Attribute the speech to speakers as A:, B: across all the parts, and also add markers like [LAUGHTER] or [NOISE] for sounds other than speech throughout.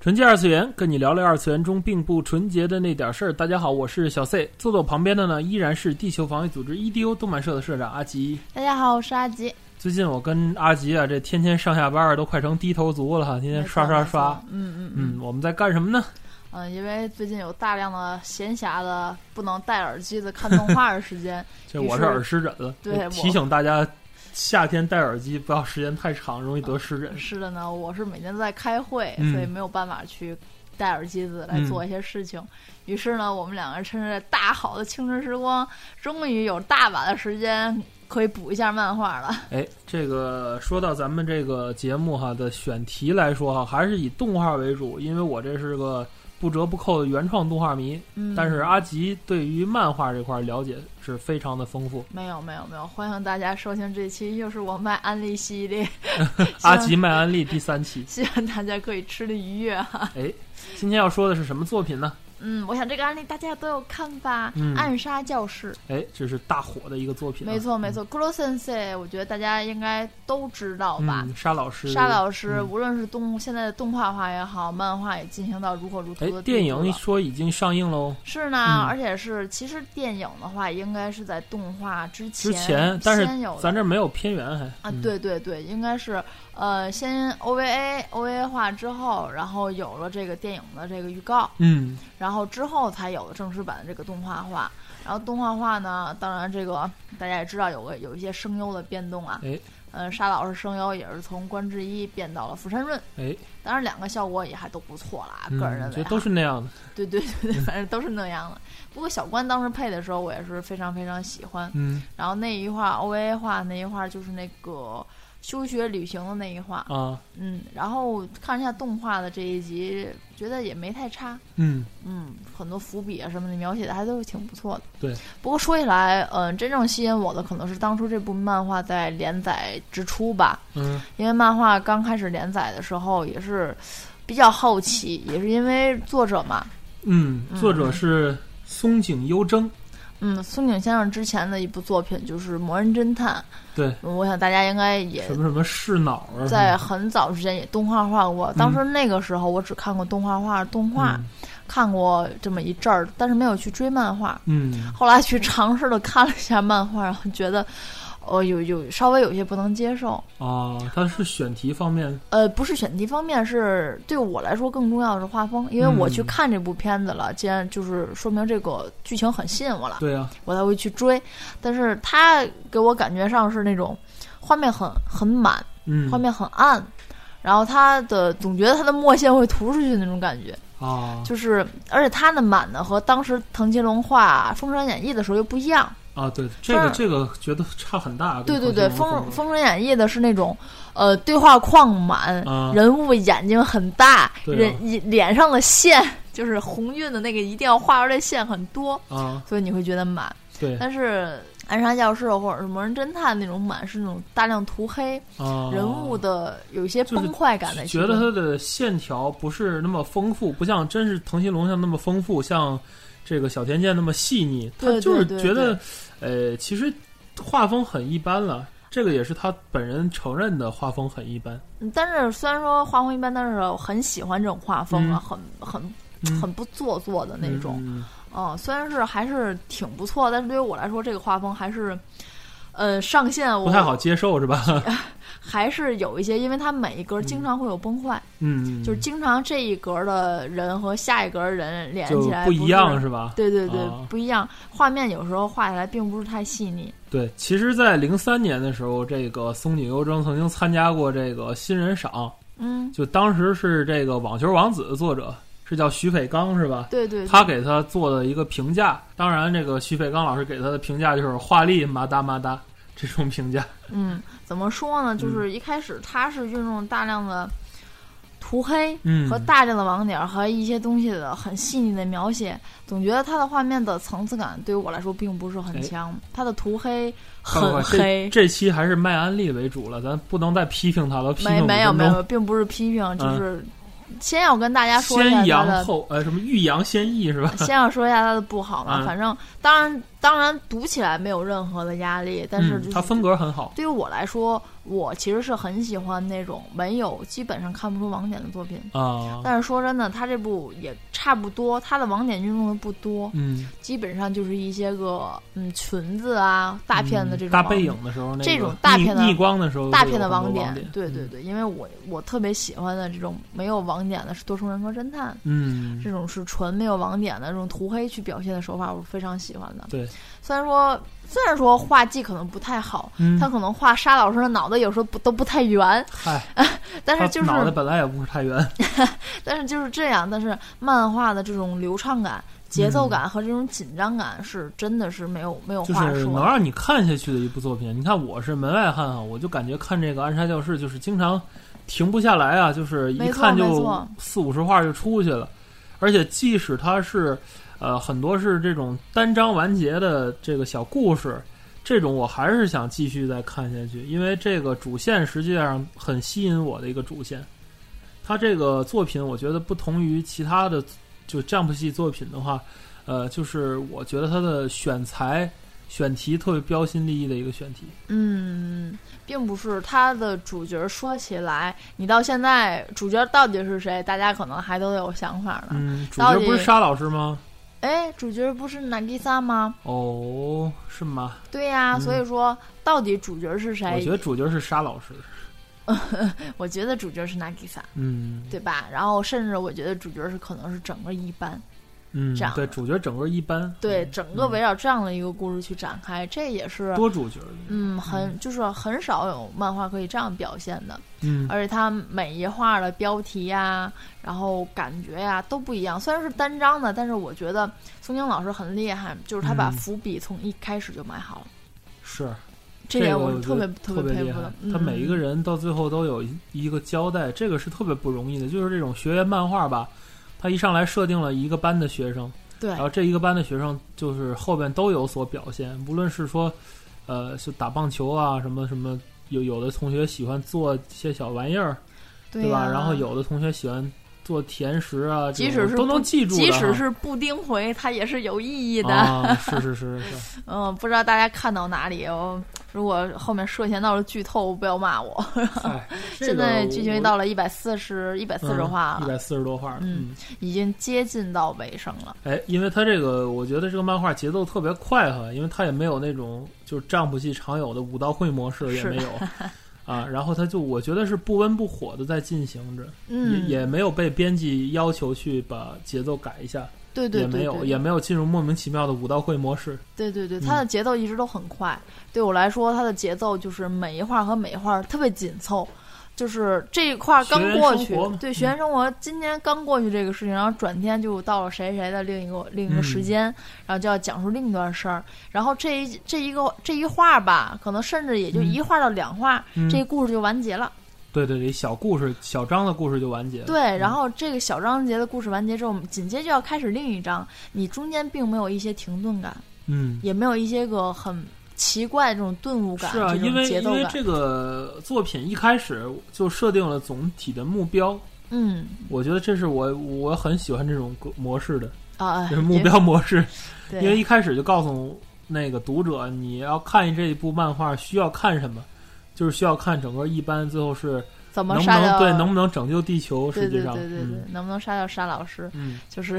A: 纯洁二次元，跟你聊聊二次元中并不纯洁的那点事儿。大家好，我是小 C，坐在我旁边的呢依然是地球防卫组织 EDO 动漫社的社长阿吉。
B: 大家好，我是阿吉。
A: 最近我跟阿吉啊，这天天上下班儿都快成低头族了，天天刷刷刷。
B: 嗯嗯
A: 嗯，我们在干什么呢？
B: 嗯，因为最近有大量的闲暇的不能戴耳机的看动画的
A: [LAUGHS]
B: 时间，
A: 这我是
B: 于是
A: 耳湿疹了，
B: 对
A: 就
B: 我
A: 提醒大家夏天戴耳机不要时间太长，容易得湿疹。
B: 是的呢，我是每天在开会，
A: 嗯
B: 所以没有办法去戴耳机子来做一些事
A: 嗯
B: 情。于是呢，我们两个人趁着大好的青春时光，终于有大把的时间可以补一下漫画了。
A: 哎，这个说到咱们这个节目哈的选题来说哈，还是以动画为主，因为我这是个不折不扣的原创动画迷。
B: 嗯
A: 但是阿吉对于漫画这块了解是非常的丰富。。
B: 没有没有没有，欢迎大家收听这期，又是我卖安利系列
A: [LAUGHS]
B: [LAUGHS] 啊
A: 阿吉卖安利第三期，
B: 希望，希望大家可以吃的愉悦啊哈。
A: 哎，今天要说的是什么作品呢？
B: 嗯，我想这个案例大家都有看吧？
A: 嗯
B: 暗杀教室，
A: 哎，这是大火的一个作品啊、
B: 没错没错。g r o s e n s e 我觉得大家应该都知道
A: 嗯，
B: 吧？
A: 嗯，沙老师，
B: 沙老师，
A: 嗯
B: 无论是动现在的动画化也好，漫画也进行到如火如荼
A: 哎
B: 的，
A: 电
B: 地步
A: 影一
B: 了
A: 说已经上映喽。
B: 是呢，
A: 嗯
B: 而且是其实电影的话，应该是在动画之前
A: 之
B: 之
A: 前，但是
B: 先有的
A: 咱这没有片源还
B: 啊
A: 嗯，
B: 对对对，应该是呃先 OVA OVA 化之后，然后有了这个电影的这个预告，
A: 嗯，
B: 然后之后才有了正式版的这个动画化。然后动画化呢，当然这个大家也知道有个有一些声优的变动啊，
A: 哎
B: 呃，沙老师声优也是从关智一变到了福山润，
A: 哎，
B: 当然两个效果也还都不错啦，
A: 嗯
B: 个人认为
A: 觉
B: 啊、
A: 得都是那
B: [LAUGHS]
A: 样的。
B: 对对对对，反正都是那样的。不过小关当时配的时候，我也是非常非常喜欢。
A: 嗯
B: 然后那一画 OVA 画那一画就是那个休学旅行的那一画，
A: 啊，
B: 嗯，然后看了一下动画的这一集，觉得也没太差，
A: 嗯，
B: 嗯，很多伏笔啊什么的描写的还都是挺不错的。
A: 对，
B: 不过说起来，嗯、真正吸引我的可能是当初这部漫画在连载之初吧，
A: 嗯
B: 因为漫画刚开始连载的时候也是比较好奇，也是因为作者嘛，
A: 嗯，作者是松井优征，
B: 嗯，松井先生之前的一部作品就是《魔人侦探》，
A: 对，
B: 嗯我想大家应该也
A: 什么什么嗜脑啊，
B: 在很早之前也动画化过。当时那个时候我只看过动画化动画，
A: 嗯
B: 看过这么一阵儿，但是没有去追漫画。
A: 嗯
B: 后来去尝试的看了一下漫画，然后觉得，哦，有有稍微有些不能接受。
A: 啊，它是选题方面，
B: 呃，不是选题方面，是对我来说更重要的是画风，因为我去
A: 嗯
B: 看这部片子了，既然就是说明这个剧情很吸引我了，
A: 对啊，
B: 我才会去追。但是它给我感觉上是那种画面很很满，
A: 嗯，
B: 画面很暗，然后它的总觉得它的墨线会涂出去的那种感觉，
A: 啊
B: 就是而且它的满呢和当时藤吉龙画《封神演义》的时候又不一样。
A: 啊，对，这个
B: 风
A: 这个觉得差很大，
B: 对
A: 跟
B: 对对，《
A: 藤井
B: 封
A: 风格
B: 封神演义》的是那种，呃，对话框满，
A: 啊
B: 人物眼睛很大，
A: 对啊
B: 人眼脸上的线 [LAUGHS] 就是红晕的那个，一定要画出来线很多，
A: 啊，
B: 所以你会觉得满。
A: 对
B: 但是暗杀教室或者是魔人侦探那种满是那种大量涂黑，
A: 啊，
B: 呃人物的有一些
A: 就是
B: 崩坏感的其
A: 觉
B: 中，
A: 得它的线条不是那么丰富，不像真是藤崎龙像那么丰富，像这个小田健那么细腻。他
B: 对
A: 就是
B: 对对
A: 觉得，呃，其实画风很一般了。这个也是他本人承认的画风很一般。
B: 嗯但是虽然说画风一般，但是我很喜欢这种画风啊，很
A: 嗯
B: 很很不做作的那种。
A: 嗯
B: 嗯，虽然是还是挺不错，但是对于我来说，这个画风还是，呃，上限我
A: 不太好接受是吧？ [LAUGHS]
B: 还是有一些，因为它每一格经常会有崩坏，
A: 嗯，
B: 就是经常这一格的人和下一格的人
A: 嗯
B: 连
A: 就
B: 起来
A: 不
B: 是
A: 一样是吧？
B: 对对对，
A: 啊
B: 不一样。画面有时候画起来并不是太细腻。
A: 对，其实，在零三年的时候，这个松井优征曾经参加过这个新人赏，
B: 嗯，
A: 就当时是这个《网球王子》的作者是叫徐斐刚是吧？
B: 对对，
A: 他给他做的一个评价，当然这个徐培刚老师给他的评价就是画力嘛哒嘛哒这种评价。嗯
B: 嗯，怎么说呢？就是一开始他是运用大量的。涂黑
A: 嗯
B: 和大量的网点和一些东西的很细腻的描写，总觉得它的画面的层次感对于我来说并不是
A: 哎
B: 很强。它的涂黑很黑，
A: 这期还是卖安利为主了，咱不能再批评他了。批评
B: 没
A: 五
B: 没有
A: 分
B: 没
A: 钟
B: 有，并不是批评，就是先要跟大家说
A: 嗯
B: 一下
A: 先
B: 它
A: 扬
B: 的
A: 后呃什么欲扬先抑是吧？
B: 先要说一下它的不好嘛，
A: 嗯
B: 反正当然当然读起来没有任何的压力，但是
A: 嗯
B: 就
A: 他
B: 是
A: 风格很好，
B: 对于我来说，我其实是很喜欢那种没有基本上看不出网点的作品。
A: 啊，
B: 但是说真的，他这部也差不多，他的网点运用的不多，
A: 嗯，
B: 基本上就是一些个嗯裙子啊、大片的这种
A: 嗯大
B: 网、
A: 背影的时候，那个
B: 这种大片的
A: 逆逆光的时候，
B: 大片的
A: 网
B: 网
A: 点，嗯
B: 对对对，因为我我特别喜欢的这种没有网点的是《多重人格侦探》，
A: 嗯，
B: 这种是纯没有网点的这种涂黑去表现的手法，我是非常喜欢的。
A: 对，
B: 虽然说虽然说画技可能不太好，
A: 嗯，
B: 他可能画沙老师的脑袋有时候不都不太圆，
A: 嗨，
B: 但
A: 哎他
B: 是就
A: 脑袋
B: 是
A: 本来也不是太圆，
B: 但是就是这样，但是漫画的这种流畅感、节奏感和这种紧张感是真的是没有没有
A: 嗯就
B: 话
A: 是
B: 说
A: 能
B: 的。
A: 让你看下去的一部作品。你看我是门外汉啊，我就感觉看这个《暗杀教室》就是经常停不下来啊，就是一
B: 没错
A: 看
B: 没
A: 就
B: 错
A: 四五十画就出去了。而且即使它是呃很多是这种单章完结的这个小故事，这种我还是想继续再看下去，因为这个主线实际上很吸引我的一个主线。它这个作品，我觉得不同于其他的就 Jump 系作品的话，呃，就是我觉得它的选材、选题特别标新立异的一个选题。
B: 嗯，并不是他的主角说起来，你到现在主角到底是谁，大家可能还都有想法呢。
A: 嗯，主
B: 到
A: 角
B: 底
A: 不是沙老师吗？
B: 哎、主角不是娜丽莎吗？
A: 哦，是吗？
B: 对呀、
A: 嗯
B: 所以说到底主角是谁？
A: 我觉得主角是沙老师。
B: 我觉得主角是 Nagisa，
A: 嗯
B: 对吧？然后甚至我觉得主角是可能是整个一班，
A: 嗯
B: 这样，
A: 对，主角整个一般。
B: 对，
A: 嗯
B: 整个围绕这样的一个故事去展开，这也是
A: 多主角。
B: 嗯很就是很少有漫画可以这样表现的，
A: 嗯，
B: 而且它每一画的标题呀、然后感觉呀、都不一样。虽然是单章的，但是我觉得松江老师很厉害，就是他把
A: 嗯
B: 伏笔从一开始就埋好了，
A: 是
B: 这
A: 这
B: 点
A: 个
B: 我
A: 我
B: 是
A: 觉
B: 特别
A: 得
B: 特
A: 嗯别
B: 佩
A: 厉
B: 服
A: 害
B: 的。嗯、
A: 他每一个人到最后都有一一个交代，这个是特别不容易的。就是这种学员漫画吧，他一上来设定了一个班的学生，
B: 嗯对
A: 然后这一个班的学生就是后边都有所表现，无论是说，呃，是打棒球啊，什么什么，有有的同学喜欢做一些小玩意儿，
B: 对
A: 对吧？
B: 呀
A: 然后。有的同学喜欢做甜食啊，这
B: 即
A: 种
B: 使是
A: 都能
B: 不
A: 记住的哈，
B: 即使是不丁回，它也是有意义的。
A: 啊，是是是是
B: [LAUGHS]
A: 是，
B: 嗯，不知道大家看到哪里？我如果后面涉嫌到了剧透，不要骂我。
A: 嗨，
B: 现在剧情到了一百四十、一百四十话
A: 嗯一
B: 了，
A: 百四十多画，
B: 嗯
A: 嗯
B: 已经接近到尾声了。
A: 哎，因为它这个，我觉得这个漫画节奏特别快哈，因为它也没有那种就是丈夫系常有的武道会模式也
B: 是
A: 没有啊，然后它就我觉得是不温不火的在进行着，
B: 嗯，
A: 也也没有被编辑要求去把节奏改一下，
B: 对对
A: 也
B: 对
A: 没有也
B: 对，
A: 没有进入莫名其妙的武道会模式，
B: 对对对，
A: 嗯
B: 它的节奏一直都很快。对我来说，它的节奏就是每一画和每一画特别紧凑。就是这一块刚过
A: 学员
B: 去
A: 生活嘛，
B: 对
A: 嗯
B: 学员生活今天刚过去这个事情，然后转天就到了谁谁的另一个另一个
A: 嗯
B: 时间，然后就要讲述另一段事儿。然后这一这一个这一画吧，可能甚至也就
A: 嗯
B: 一画到两画，
A: 嗯
B: 这故事就完结了。
A: 对对对，小故事小章的故事就完结了，
B: 对，然后这个小章节的故事完结之后，我们紧接着要开始另一章，你中间并没有一些停顿感，
A: 嗯。
B: 也没有一些个很奇怪的这种顿悟感，
A: 是啊，
B: 这种
A: 因为
B: 节
A: 因
B: 奏
A: 为
B: 感，
A: 这个作品一开始就设定了总体的目标，
B: 嗯
A: 我觉得这是我我很喜欢这种格模式的，
B: 啊，
A: 就是目标模式，
B: 对，
A: 因为一开始就告诉那个读者你要看这一部漫画需要看什么，就是需要看整个一班最后是
B: 怎么
A: 能不
B: 杀掉啊
A: 能对能不能拯救地球，
B: 对
A: 实
B: 对
A: 际
B: 对
A: 上，
B: 对对对
A: 嗯，
B: 能不能杀掉沙老师，
A: 嗯，
B: 就是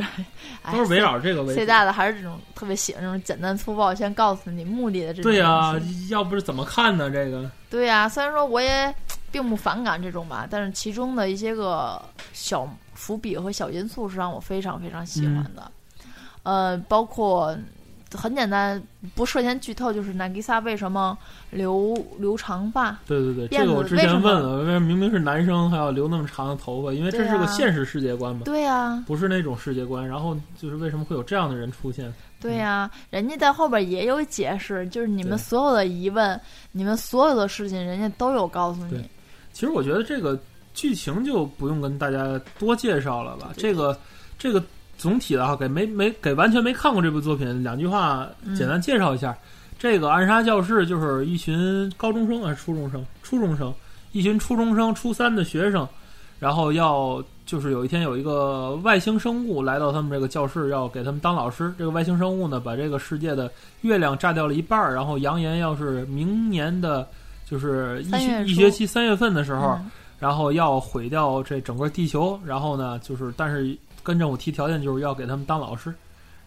B: 哎
A: 都是围绕这个为
B: C
A: 主。
B: 大的还是这种特别喜欢这种简单粗暴，先告诉你目的的这种
A: 对呀、啊
B: 东西
A: 要不是怎么看呢？这个，
B: 对呀、虽然说我也并不反感这种吧，但是其中的一些个小伏笔和小因素是让我非常非常喜欢的。
A: 嗯
B: 呃，包括很简单，不涉嫌剧透，就是 Nagisa 为什么留留长发？
A: 对对对，
B: 辫
A: 这个
B: 子
A: 我之
B: 为什
A: 前
B: 么
A: 问了，为什么明明是男生还要留那么长的头发？因为这
B: 对啊
A: 是个
B: 呀
A: 现实世界观嘛，
B: 对呀、
A: 不是那种世界观。然后就是为什么会有这样的人出现？
B: 对呀、人家在后边也有解释，就是你
A: 嗯对
B: 们所有的疑问，你们所有的事情，人家都有告诉
A: 对
B: 你。
A: 其实我觉得这个剧情就不用跟大家多介绍了吧。这个这个总体的话，给没没给完全没看过这部作品，两句话
B: 嗯
A: 简单介绍一下。这个暗杀教室就是一群高中生还是初中生？初中生，一群初中生初三的学生，然后要就是有一天有一个外星生物来到他们这个教室，要给他们当老师。这个外星生物呢，把这个世界的月亮炸掉了一半儿，然后扬言要是明年的，就是一
B: 三
A: 学
B: 月
A: 一
B: 初
A: 学期三月份的时候，
B: 嗯
A: 然后要毁掉这整个地球，然后呢，就是但是跟政府提条件，就是要给他们当老师，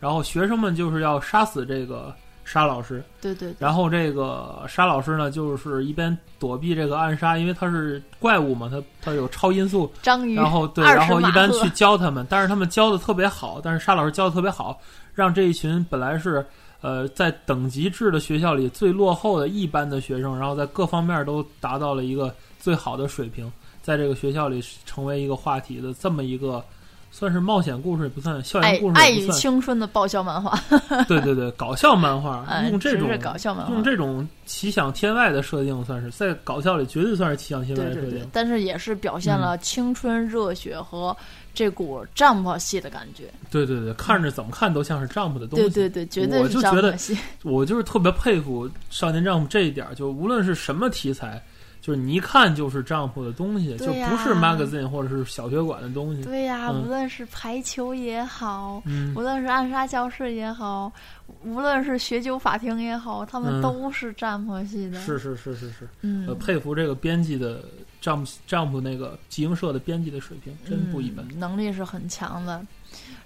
A: 然后学生们就是要杀死这个沙老师，
B: 对对对，
A: 然后这个沙老师呢，就是一边躲避这个暗杀，因为他是怪物嘛，他他有超音速，
B: 章鱼
A: 然
B: [LAUGHS]
A: 后对，
B: 20
A: 然后一般
B: 马赫
A: 去教他们，但是他们教的特别好，但是沙老师教的特别好，让这一群本来是呃在等级制的学校里最落后的一班的学生，然后在各方面都达到了一个最好的水平，在这个学校里成为一个话题的这么一个。算是冒险故事也不算，校
B: 爱
A: 园故事
B: 爱
A: 也不
B: 与
A: 算，
B: 青春的爆笑漫画，
A: 对对对，搞笑漫画，
B: [LAUGHS] 嗯，
A: 用这
B: 纯
A: 种
B: 是搞笑漫画
A: 用，这种奇想天外的设定，算是在搞笑里绝对算是奇想天外的
B: 对
A: 设
B: 对
A: 定。
B: 对，但是也是表现
A: 嗯
B: 了青春热血和这股丈夫戏的感觉，
A: 对对对看着怎么看都像是丈夫的东西。
B: 对对对，绝
A: 我
B: 对
A: 就是觉
B: 丈
A: 得
B: 夫戏，
A: 我就是特别佩服少年丈夫这一点儿，就无论是什么题材，就是你一看就是丈夫的东西，就
B: 对呀
A: 不是 magazine 或者是小学馆的东西。
B: 对呀，
A: 嗯
B: 无论是排球也好，
A: 嗯
B: 无，论是暗杀教室也好，无论是学酒法庭也好，他
A: 嗯
B: 们都是占婆系的。
A: 是，是是是是，呃，
B: 嗯，
A: 佩服这个编辑的丈夫丈夫那个集英社的编辑的水平，真不一般。
B: 嗯，能力是很强的。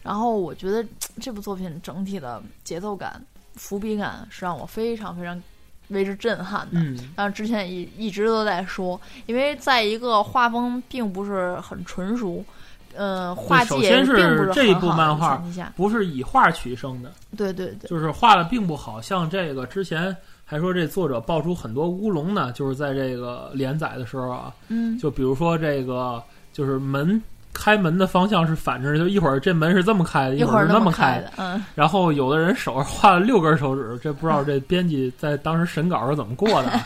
B: 然后我觉得这部作品整体的节奏感、伏笔感是让我非常非常为之震撼的。
A: 嗯，
B: 但是之前一一直都在说，因为在一个画风并不是很纯熟，呃，画技
A: 首
B: 也
A: 先
B: 并不
A: 是这一
B: 很
A: 部
B: 好
A: 漫
B: 的
A: 画
B: 前提下，
A: 不是以画取胜的，
B: 对对对，
A: 就是画的并不好。像这个之前还说这作者爆出很多乌龙呢，就是在这个连载的时候啊，
B: 嗯，
A: 就比如说这个，就是门开门的方向是反着的，就一会儿这门是这么开的，
B: 一
A: 会
B: 会
A: 儿
B: 儿
A: 是
B: 那
A: 么
B: 么
A: 开
B: 开。的，
A: [LAUGHS]
B: 嗯，
A: 然后有的人手上画了六根手指，这不知道这编辑在当时审稿是怎么过的
B: [LAUGHS]
A: 啊。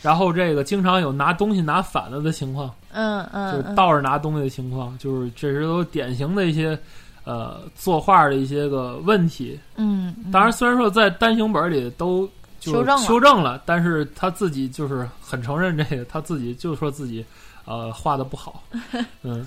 A: 然后这个经常有拿东西拿反了的情况，
B: 嗯
A: 就
B: 嗯
A: 是
B: 嗯，
A: 倒着拿东西的情况，就是这是都典型的一些。呃，作画的一些个问题，
B: 嗯，嗯
A: 当然虽然说在单行本里都就
B: 修正了
A: 修正了，但是他自己就是很承认这个，他自己就说自己呃画的不
B: [LAUGHS]
A: 好，嗯，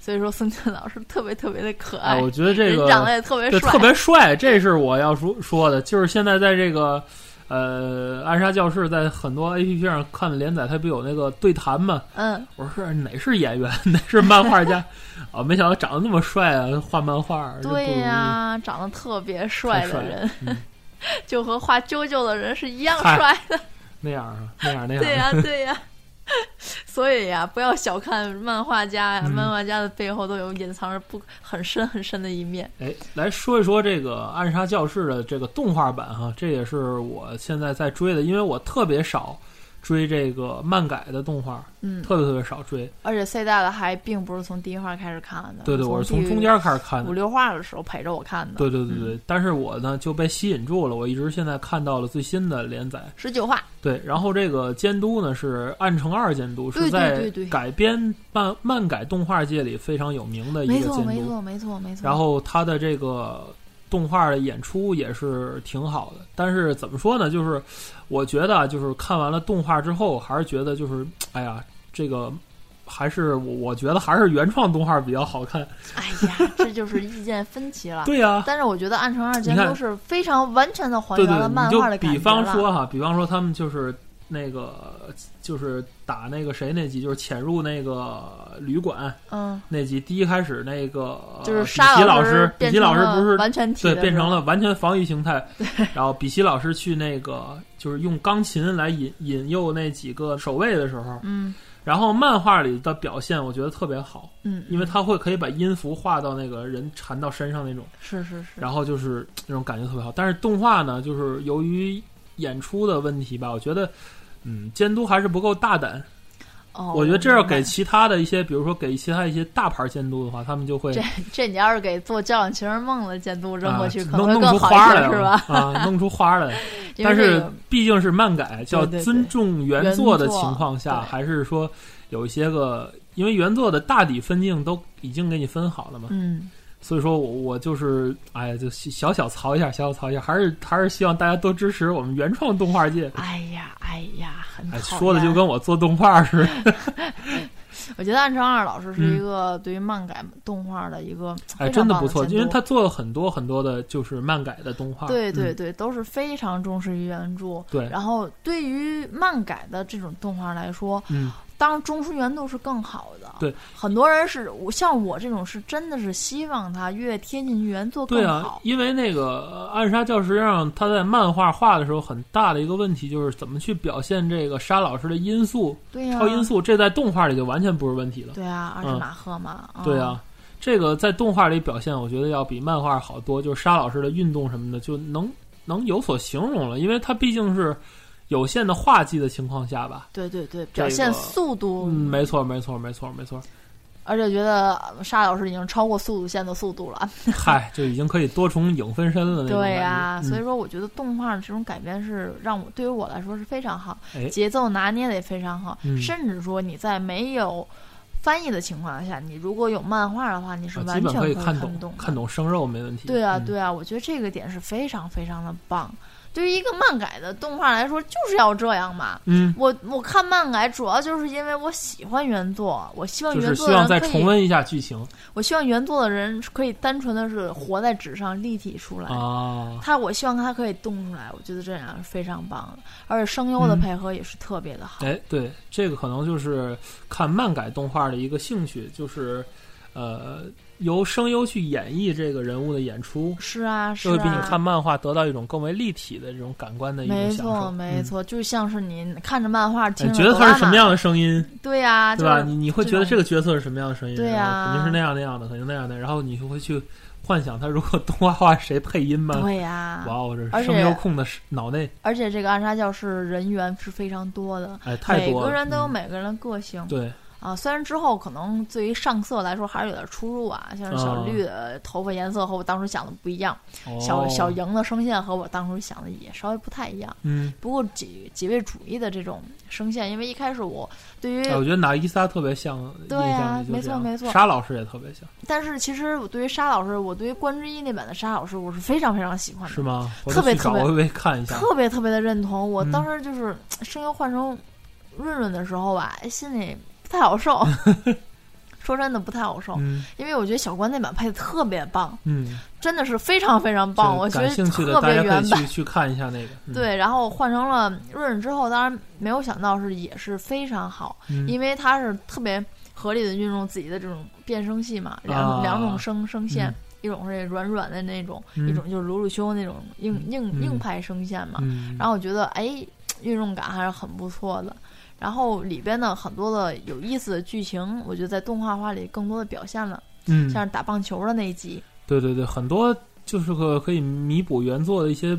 B: 所以说孙健老师特别特别的可
A: 哎，
B: 爱，
A: 我觉得这个
B: 人长得也特别
A: 对
B: 帅，
A: 特别帅，这是我要说说的，就是现在在这个呃暗杀教室在很多 A P P 上看连载，它不有那个对谈吗？
B: 嗯，
A: 我说哪是演员， [LAUGHS] 哪是漫画家 [LAUGHS] 啊？没想到长得那么帅啊，画漫画这不
B: 对呀、长得特别帅
A: 太
B: 的
A: 帅了
B: 人，
A: 嗯
B: [LAUGHS] 就和画啾啾的人是一样
A: 嗨
B: 帅
A: 那样啊，那样那样，
B: 对呀、对呀、 [LAUGHS] 所以呀、不要小看漫画家呀、
A: 嗯
B: 漫画家的背后都有隐藏着不很深很深的一面。
A: 哎，来说一说这个《暗杀教室》的这个动画版哈，这也是我现在在追的，因为我特别少追这个漫改的动画，
B: 嗯，
A: 特别特别少追。
B: 而且 C 大的还并不是从第一话开始看的，
A: 对对，我是从
B: 嗯第
A: 中间开始看
B: 五
A: 的。
B: 六嗯话的时候陪着我看的，
A: 对对对对，但是我呢就被吸引住了，我一直现在看到了最新的连载。
B: 十九话。
A: 对，然后这个监督呢是暗城二监督，是
B: 对对
A: 在
B: 对对
A: 改编漫漫改动画界里非常有名的一
B: 没
A: 个
B: 错，没
A: 监督。
B: 错，没错，没错。
A: 然后他的这个动画的演出也是挺好的，但是怎么说呢？就是我觉得啊，就是看完了动画之后，还是觉得就是，哎呀，这个还是我我觉得还是原创动画比较好看。
B: 哎呀，这就是意见分歧了。
A: 对呀、
B: 但是我觉得《暗城二监
A: 你
B: 督
A: 看》
B: 是非常完全的还
A: 对
B: 原
A: 对，
B: 了漫
A: 你
B: 画
A: 就
B: 的感觉
A: 比方
B: 了
A: 说哈，比方说他们就是那个就是打那个谁那集，就是潜入那个旅馆
B: 嗯，
A: 那集，第一开始那个
B: 就是
A: 呃比
B: 沙
A: 奇老
B: 师
A: 比
B: 变
A: 奇
B: 成
A: 老师不是
B: 了完全体
A: 对，
B: 的
A: 变
B: 时候
A: 成了完全防御形态。 [LAUGHS] 然后比奇老师去那个就是用钢琴来引引诱那几个守卫的时候，
B: 嗯
A: 然后漫画里的表现我觉得特别好，
B: 嗯，
A: 因为
B: 嗯
A: 他会可以把音符画到那个人缠到身上那种，
B: 是是是，
A: 然后就是那种感觉特别好。但是动画呢，就是由于演出的问题吧，我觉得。嗯，监督还是不够大胆，
B: 哦，
A: 我觉得这要
B: 明白
A: 给其他的一些，比如说给其他一些大牌监督的话，他们就会
B: 这这你要是给做《教养情人梦》的监督扔
A: 啊
B: 过去，可能
A: 弄弄
B: 会
A: 出
B: 更好
A: 花
B: 一
A: 来
B: 些，
A: [LAUGHS]
B: 是吧？？
A: 啊，弄出花来了。
B: 因为
A: 但
B: 这
A: 是
B: 个
A: 毕竟是漫改，叫
B: 对对
A: 尊重原作的情况
B: 原
A: 下，
B: 作对
A: 还是说有一些个因为原作的大体分镜都已经给你分好了嘛，
B: 嗯，
A: 所以说我我就是哎，就小小槽一下，小小槽一下，还是还是希望大家多支持我们原创动画界。
B: 哎呀，哎呀，很
A: 哎，
B: 讨厌
A: 说的就跟我做动画似的。哎
B: 我觉得暗川二老师是一个对于漫改动画的一个
A: 嗯哎，
B: [LAUGHS] 非
A: 真
B: 常
A: 的
B: 棒
A: 不错，
B: 监
A: 因为
B: 督
A: 他做了很多很多的，就是漫改的动画。
B: 对对
A: 嗯
B: 对，都是非常重视于原著。
A: 对，
B: 然后对于漫改的这种动画来说，
A: 嗯，
B: 当然中枢原度是更好的。
A: 对，
B: 很多人是我像我这种是真的是希望它越贴近原作更
A: 对啊
B: 好，。
A: 因为那个呃《暗杀教室》上，他在漫画画的时候，很大的一个问题就是怎么去表现这个沙老师的音速、
B: 对呀、
A: 超音速，这在动画里就完全不是问题了。
B: 对啊，阿什
A: 嗯
B: 马赫嘛。
A: 对
B: 啊，
A: 啊，这个在动画里表现，我觉得要比漫画好多。就是沙老师的运动什么的，就能能有所形容了，因为他毕竟是有限的画技的情况下吧。
B: 对对对，表现
A: 个
B: 速度，
A: 嗯，没错，没错，没错，没错。
B: 而且觉得沙老师已经超过速度线的速度了。
A: 嗨，就已经可以多重影分身了那种感觉。
B: 对呀、所以
A: 嗯、
B: 说我觉得动画这种改编是让我对于我来说是非常好，
A: 哎
B: 节奏拿捏的也非常好，
A: 嗯
B: 甚至说你在没有翻译的情况下，你如果有漫画的话，你是
A: 啊基
B: 完
A: 本
B: 全
A: 可以
B: 看
A: 懂，
B: 懂的。
A: 看懂生肉没问题。
B: 对啊，
A: 嗯，
B: 对啊，我觉得这个点是非常非常的棒。对于一个漫改的动画来说，就是要这样嘛。
A: 嗯，
B: 我我看漫改主要就是因为我喜欢原作，我希望
A: 就
B: 原
A: 是
B: 作
A: 希
B: 的
A: 望再
B: 人可
A: 重
B: 以，
A: 温一下剧情
B: 我希望原作的人可以单纯的是活在纸上，立体出来。
A: 啊。
B: 他，我希望他可以动出来，我觉得这样是非常棒的，而且声优的
A: 嗯
B: 配合也是特别的好。
A: 哎，对，这个可能就是看漫改动画的一个兴趣，就是呃，由声优去演绎这个人物的演出，
B: 是啊，是
A: 就会比你
B: 啊，
A: 看漫画得到一种更为立体的这种感官的一
B: 没
A: 种享
B: 错
A: 受。
B: 没
A: 嗯。
B: 错，就像是你看着漫画，听
A: 你
B: 着
A: 觉得
B: 哆
A: 他
B: 啦
A: 是什么
B: A
A: 样
B: 梦？
A: 的声音，
B: 对
A: 对
B: 呀、啊就是
A: 吧？你你会觉得
B: 这
A: 这个角色是什么样的声音？
B: 对
A: 然
B: 啊
A: 后肯定是
B: 呀
A: 那样那样的，肯定那样的。然后你就会去幻想他如果动画化谁配音吗？
B: 对呀、
A: 哇哦，这
B: 而且
A: 声优控的是脑内，
B: 而且这个暗杀教室人员是非常多的，
A: 哎，太多了。
B: 每个人都有
A: 嗯
B: 每个人的个性、
A: 对，
B: 啊。虽然之后可能对于上色来说还是有点出入啊，像是小
A: 啊
B: 绿的头发颜色和我当初想的不一样，
A: 哦
B: 小小莹的声线和我当初想的也稍微不太一样。
A: 嗯，
B: 不过几几位主义的这种声线，因为一开始我对于，
A: 哎我觉得哪伊萨特别像，
B: 对
A: 印
B: 呀
A: 象里就
B: 没
A: 这
B: 错
A: 样
B: 没错
A: 沙老师也特别像，
B: 但是其实我对于沙老师，我对于关之一那版的沙老师，我是非常非常喜欢的，
A: 是吗？我
B: 特
A: 得
B: 别
A: 去找
B: 特别
A: 微微看一下。
B: 特别特别的认同。我
A: 嗯
B: 当时就是嘖声优换成润润的时候吧，心里不太好
A: [LAUGHS]
B: 受。说真的不太好受，
A: 嗯
B: 因为我觉得小关那版配的特别棒，
A: 嗯，
B: 真的是非常非常
A: 这
B: 棒，我觉
A: 感
B: 得
A: 兴趣的
B: 特
A: 大
B: 别
A: 家可以
B: 原版。
A: 去去看一下
B: [LAUGHS]
A: 那个。嗯，
B: 对，然后换成了润润之后，当然没有想到是也是非常好，
A: 嗯
B: 因为他是特别合理的运用自己的这种变声系嘛，两、
A: 啊
B: 两种声声线，
A: 嗯
B: 一种是软软的那种，
A: 嗯
B: 一种就是鲁鲁修那种硬硬、
A: 嗯
B: 硬派声线嘛。
A: 嗯，
B: 然后我觉得哎，运用感还是很不错的。然后里边的很多的有意思的剧情，我觉得在动画化里更多的表现了，
A: 嗯，
B: 像是打棒球的那一集，
A: 对对对，很多就是可可以弥补原作的一些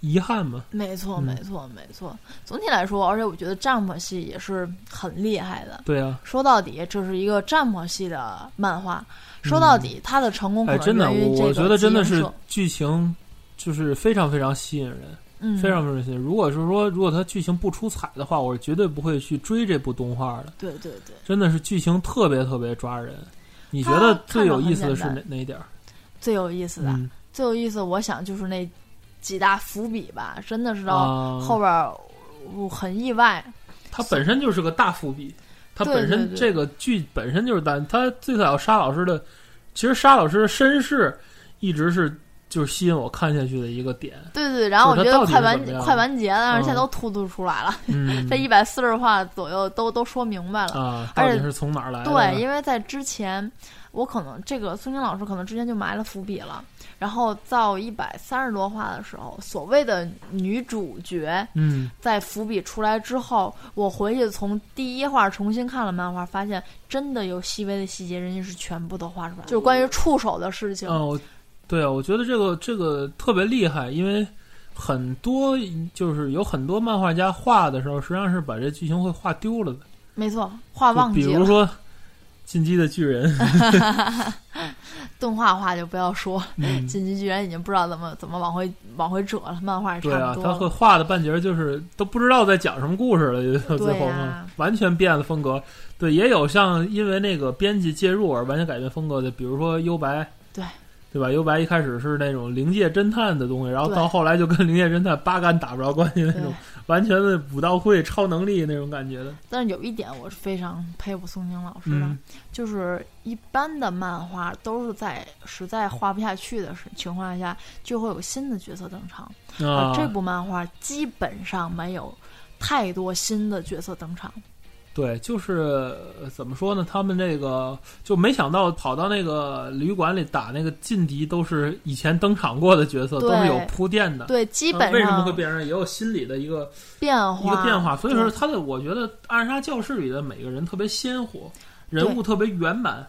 A: 遗憾嘛。
B: 没错，
A: 嗯
B: 没错，没错。总体来说，而且我觉得战魔系也是很厉害的。
A: 对啊，
B: 说到底，这是一个战魔系的漫画。说到底，它的成功
A: 嗯
B: 可
A: 哎，
B: 能
A: 真的，
B: 源于
A: 我
B: 这
A: 我
B: 个
A: 觉得真的
B: 集英
A: 是
B: 社
A: 剧情就是非常非常吸引人。
B: 嗯，
A: 非常非常新。如果是说，如果它剧情不出彩的话，我是绝对不会去追这部动画的。
B: 对对对，
A: 真的是剧情特别特别抓人。你觉
B: 它
A: 得
B: 看
A: 最
B: 着
A: 有
B: 很
A: 意思的
B: 简
A: 是
B: 单
A: 哪哪一点儿？
B: 最有意思的，
A: 嗯
B: 最有意思，我想就是那几大伏笔吧，真的是到
A: 啊，
B: 后边儿我很意外。
A: 它本身就是个大伏笔，它
B: 对
A: 本身
B: 对对
A: 这个剧本身就是单，它最早沙老师的，其实沙老师的身世一直是就是吸引我看下去的一个
B: [LAUGHS]
A: 点。
B: 对对，然后我
A: 就
B: 觉
A: 是它
B: 得
A: 到底是
B: 快
A: 怎
B: 完
A: 么样
B: 快完结了，但是
A: 嗯
B: 现在都突突出来了，
A: 嗯
B: 在一百四十话左右都都说明白了。
A: 啊，
B: 而
A: 到
B: 且
A: 底是从哪儿来的？
B: 对，，因为在之前，我可能这个孙宁老师可能之前就埋了伏笔了。然后到一百三十多话的时候，所谓的女主角
A: 嗯，
B: 在伏笔出来之后，我回去从第一话重新看了漫画，发现真的有细微的细节，人家是全部都画出来了，就是关于触手的事情。
A: 嗯，我对啊，我觉得这个这个特别厉害，因为很多就是有很多漫画家画的时候，实际上是把这剧情会画丢了的。
B: 没错，画
A: 就
B: 忘
A: 比
B: 记
A: 如
B: 了，
A: 说《进击的巨人》
B: [LAUGHS] 动画化就不要说，
A: 嗯，
B: 进击巨人已经不知道怎么怎么往回往回折了，漫画也
A: 对
B: 差
A: 啊
B: 不，多
A: 他
B: 了。
A: 会画的半截儿就是都不知道在讲什么故事了，就到最
B: 对啊
A: 后、
B: 呀
A: 完全变了风格。对，也有像因为那个编辑介入而完全改变风格的，比如说幽白，
B: 对
A: 对吧？幽白一开始是那种灵界侦探的东西，然后
B: 对
A: 到后来就跟灵界侦探八竿打不着关系那
B: 对
A: 种，完全的武道会超能力那种感觉的。
B: 但是有一点我是非常佩服宋晶老师的，
A: 嗯
B: 就是一般的漫画都是在实在画不下去的时情况下，就会有新的角色登场。而
A: 啊，
B: 这部漫画基本上没有太多新的角色登场。
A: 对，就是呃怎么说呢？他们这个就没想到跑到那个旅馆里打那个劲敌，都是以前登场过的角色，
B: 对
A: 都是有铺垫的。
B: 对，基
A: 呃
B: 本
A: 为什么
B: 上
A: 会变成也有心理的一个
B: 变
A: 一
B: 化
A: 个变化，所以
B: 对
A: 说他的我觉得《暗杀教室》里的每个人特别鲜活，人
B: 对
A: 物特别圆满，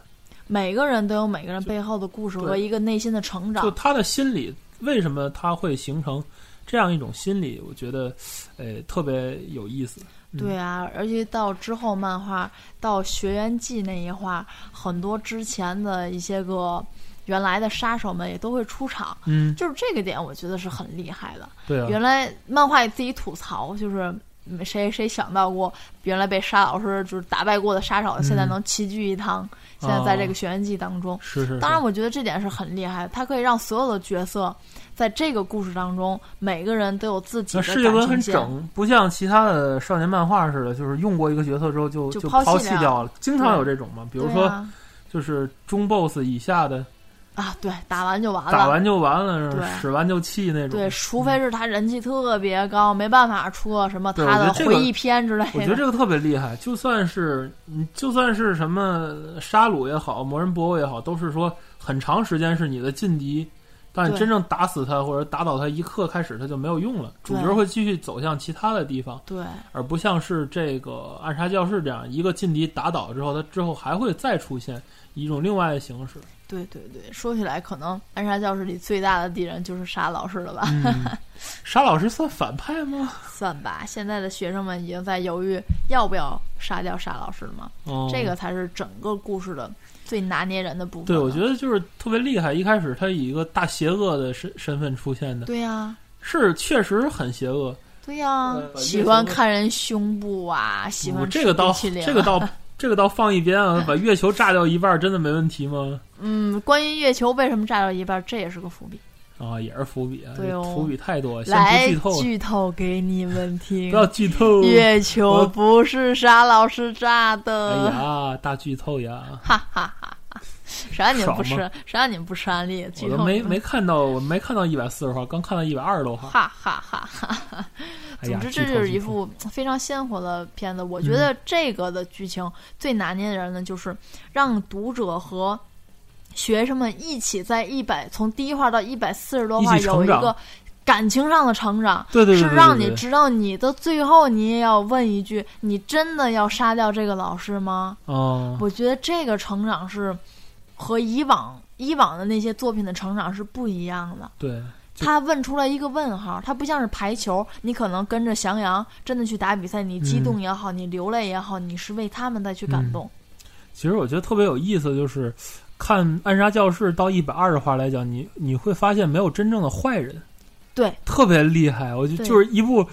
B: 每个人都有每个人背后的故事
A: 对
B: 和一个内心的成
A: 就
B: 长。
A: 他的心理为什么他会形成这样一种心理，我觉得呃特别有意思。嗯
B: 对啊，而且到之后漫画到《学员记》那一话，很多之前的一些个原来的杀手们也都会出场，
A: 嗯，
B: 就是这个点我觉得是很厉害的。
A: 对啊，
B: 原来漫画也自己吐槽，就是嗯谁谁想到过，原来被沙老师就是打败过的杀手，
A: 嗯哦
B: 现在能齐聚一堂，现在在这个《学员记》当中。
A: 是是是，
B: 当然，我觉得这点是很厉害的，它可以让所有的角色在这个故事当中，每个人都有自己
A: 那
B: 的
A: 世界观
B: 感
A: 很
B: 情线。
A: 整，不像其他的少年漫画似的，就是用过一个角色之后就
B: 就
A: 就
B: 抛弃
A: 抛弃
B: 掉
A: 掉了。经常有这种嘛，比如
B: 对
A: 说
B: 啊
A: 就是中 boss 以下的
B: 啊，对，打完就完了。
A: 打完就完了
B: 对，
A: 使完就弃那种
B: 对，。除非是他人气特别高，没办法出个什么
A: 对
B: 他
A: 我觉
B: 的
A: 得这个
B: 回忆片之类的。
A: 我觉得这个特别厉害，就算是你就算是什么沙鲁也好，魔人布欧也好，都是说很长时间是你的劲敌，但你
B: 对
A: 真正打死他或者打倒他一刻开始，他就没有用了。主
B: 对
A: 角会继续走向其他的地方。
B: 对
A: 而不像是这个暗杀教室这样一个劲敌打倒之后，它之后还会再出现一种另外的形式。
B: 对对对，说起来，可能暗杀教室里最大的敌人就是沙老师了吧？
A: 嗯， [LAUGHS] 沙老师算反派吗？
B: 算吧，现在的学生们已经在犹豫要不要杀掉沙老师了吗？
A: 哦，
B: 这个才是整个故事的最拿捏人的部分了。
A: 对，我觉得就是特别厉害。一开始他以一个大邪恶的身身份出现的，
B: 对呀、
A: 是确实很邪恶。
B: 对呀、
A: 呃
B: 喜欢看人胸部啊，喜
A: 我
B: 欢
A: 这个
B: 刀，
A: 倒这个
B: [LAUGHS]
A: 倒这个倒放一边啊，把月球炸掉一半儿真的没问题吗？
B: 嗯，关于月球为什么炸到一半，这也是个伏笔。
A: 啊，也是伏笔啊，
B: 对哦
A: 这伏笔太多，先
B: 来
A: 不剧透，
B: 剧透给
A: [LAUGHS]
B: 你们听
A: 不，要剧透。
B: 月球不是沙老师炸
A: 哎
B: 的。
A: 呀，大剧透呀！
B: 哈哈哈！哈，谁让你们不吃
A: 爽？
B: 谁让你们不吃安利？剧
A: 我
B: 透
A: 都没
B: 你们
A: 没看到，我没看到一百四十话，刚看到一百二十多话。
B: 哈哈哈哈！
A: 哎呀
B: 啊总之，这
A: 剧
B: 就
A: 透
B: 是一
A: 剧透嗯
B: 部非常鲜活的片子。我觉得这个的剧情最拿捏的人呢，就是让读者和学生们一起在一百从第一话到一百四十多话
A: 一起成
B: 有一
A: 长
B: 个感情上的成长。
A: 对对对
B: 是
A: 对对
B: 让你
A: 对
B: 知道你的最后，你也要问一句：你真的要杀掉这个老师吗？
A: 哦，
B: 我觉得这个成长是和以往以往的那些作品的成长是不一样的。
A: 对，就
B: 他问出来一个问号，他不像是排球，你可能跟着翔阳真的去打比赛，你激动也好，你流泪也好，你是为他们再去感动。
A: 其实我觉得特别有意思，就是看《暗杀教室》到一百二十话来讲，你你会发现没有真正的坏人，
B: 对，
A: 特别厉害。我就
B: 对
A: 就是一部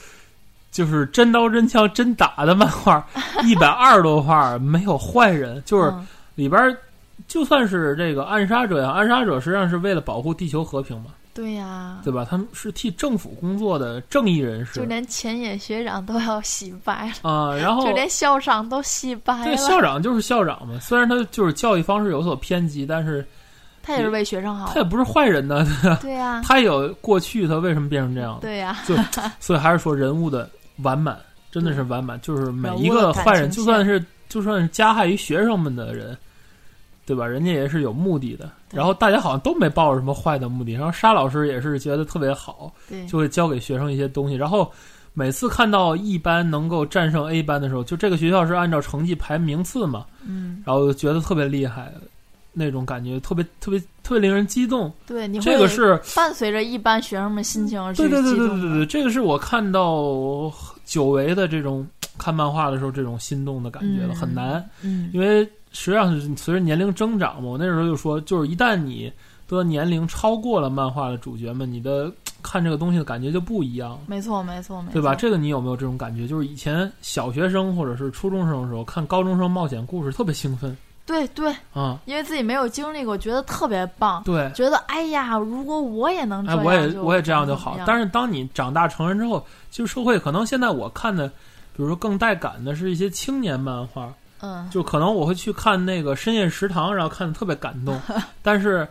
A: 就是真刀真枪真打的漫
B: [LAUGHS]
A: 画，一百二十多话没有坏人，就是
B: 嗯
A: 里边儿就算是这个暗杀者呀，暗杀者实际上是为了保护地球和平嘛，
B: 对呀、
A: 对吧？他们是替政府工作的正义人士
B: 就连前野学长都要洗白了， [LAUGHS]
A: 啊、然后
B: 就连校长都洗白
A: 对，
B: 了，
A: 校长就是校长嘛。虽然他就是教育方式有所偏激，但是
B: 他也是为学生好
A: 他。也不是坏人呢。
B: 对呀、
A: 他有过去，他为什么变成这样？
B: 嗯对呀、
A: 所以还是说人物的完满，真的是完满。就是每一
B: 人物
A: 个
B: 的感
A: 坏人，就
B: 情线
A: 算是就算是加害于学生们的人，对吧？人家也是有目的的。
B: 对
A: 然后大家好像都没抱着什么坏的目的。然后沙老师也是觉得特别好，
B: 对
A: 就会教给学生一些东西。然后每次看到一班能够战胜 A 班的时候，就这个学校是按照成绩排名次嘛。
B: 嗯，
A: 然后觉得特别厉害，那种感觉特别特别特别令人激动。
B: 对，你会
A: 这个是
B: 伴随着一般学生们心情而去
A: 对
B: 激
A: 对对
B: 动的。
A: 对对对对，这个是我看到久违的这种看漫画的时候这种心动的感觉了，
B: 嗯
A: 很难，
B: 嗯，
A: 因为实际上是随着年龄增长嘛，我那时候就说，就是一旦你的年龄超过了漫画的主角们，你的看这个东西的感觉就不一样了。
B: 没错，没错，没错，
A: 对吧？这个你有没有这种感觉？就是以前小学生或者是初中生的时候，看高中生冒险故事特别兴奋
B: 对对，
A: 啊、
B: 因为自己没有经历过，觉得特别棒，
A: 对，
B: 觉得哎呀，如果我也能这
A: 哎，
B: 样，
A: 我也我也这样
B: 就
A: 就好。但
B: 是
A: 是当你长大成人之后，就是社会可能现在我看的，比如说更带感的是一些青年漫画，
B: 嗯，
A: 就可能我会去看那个《深夜食堂》，然后看的特别感
B: [LAUGHS]
A: 动。但是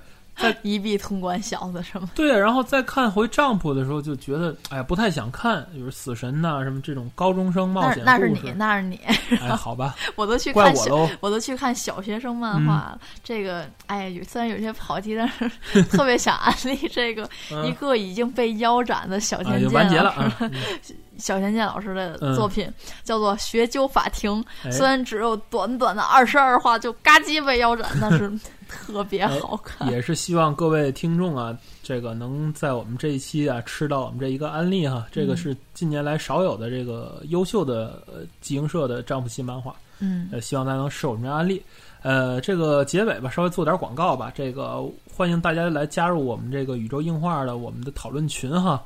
B: 一臂通关小子什么，
A: 对，然后再看回丈夫的时候，就觉得哎不太想看，比如死神呐、什么这种高中生冒
B: 那
A: 险
B: 那是
A: 故
B: 你，
A: 事。
B: 那是你， [LAUGHS]
A: 哎，好吧，
B: 我都去
A: 怪
B: 看
A: 我
B: 小
A: 喽。嗯
B: 我都去看小学生漫画了。这个，哎，有虽然有些跑题，但是特别想安利这个
A: [LAUGHS]
B: 一
A: 嗯，
B: 个已经被腰斩的小
A: 啊，
B: 田
A: 也
B: 健
A: 完结了
B: 老师
A: 啊。嗯
B: 小田健老师的
A: 嗯
B: 作品、叫做《学究法庭》， [LAUGHS]
A: 哎
B: 虽然只有短短的二十二话就嘎叽被腰斩，
A: [LAUGHS]
B: 但是特别
A: 哎
B: 好看。
A: 也是希望各位听众啊，这个能在我们这一期啊吃到我们这一个安利哈，这个是近年来少有的这个优秀的呃集英社的丈夫系漫画，
B: 嗯，
A: 呃，希望大家能受我们这安利。呃，这个结尾吧，稍微做点广告吧。这个欢迎大家来加入我们这个宇宙硬化的我们的讨论群哈。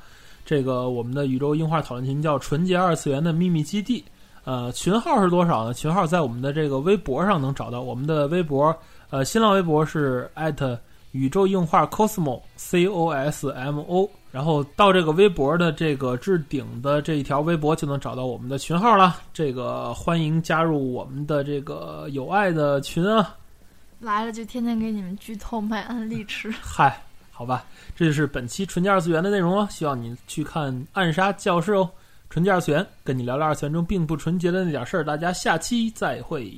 A: 这个我们的宇宙硬化讨论群叫“纯洁二次元的秘密基地”。呃，群号是多少呢？群号在我们的这个微博上能找到。我们的微博，呃，新浪微博是艾特宇宙硬化 cosmo c o s m o，然后到这个微博的这个置顶的这一条微博就能找到我们的群号了。这个欢迎加入我们的这个有爱的群啊！
B: 来了就天天给你们剧透卖安利吃。
A: 嗨，好吧，这就是本期纯洁二次元的内容哦。希望你去看《暗杀教室》哦。纯洁二次元，跟你聊聊二次元中并不纯洁的那点事儿。大家下期再会。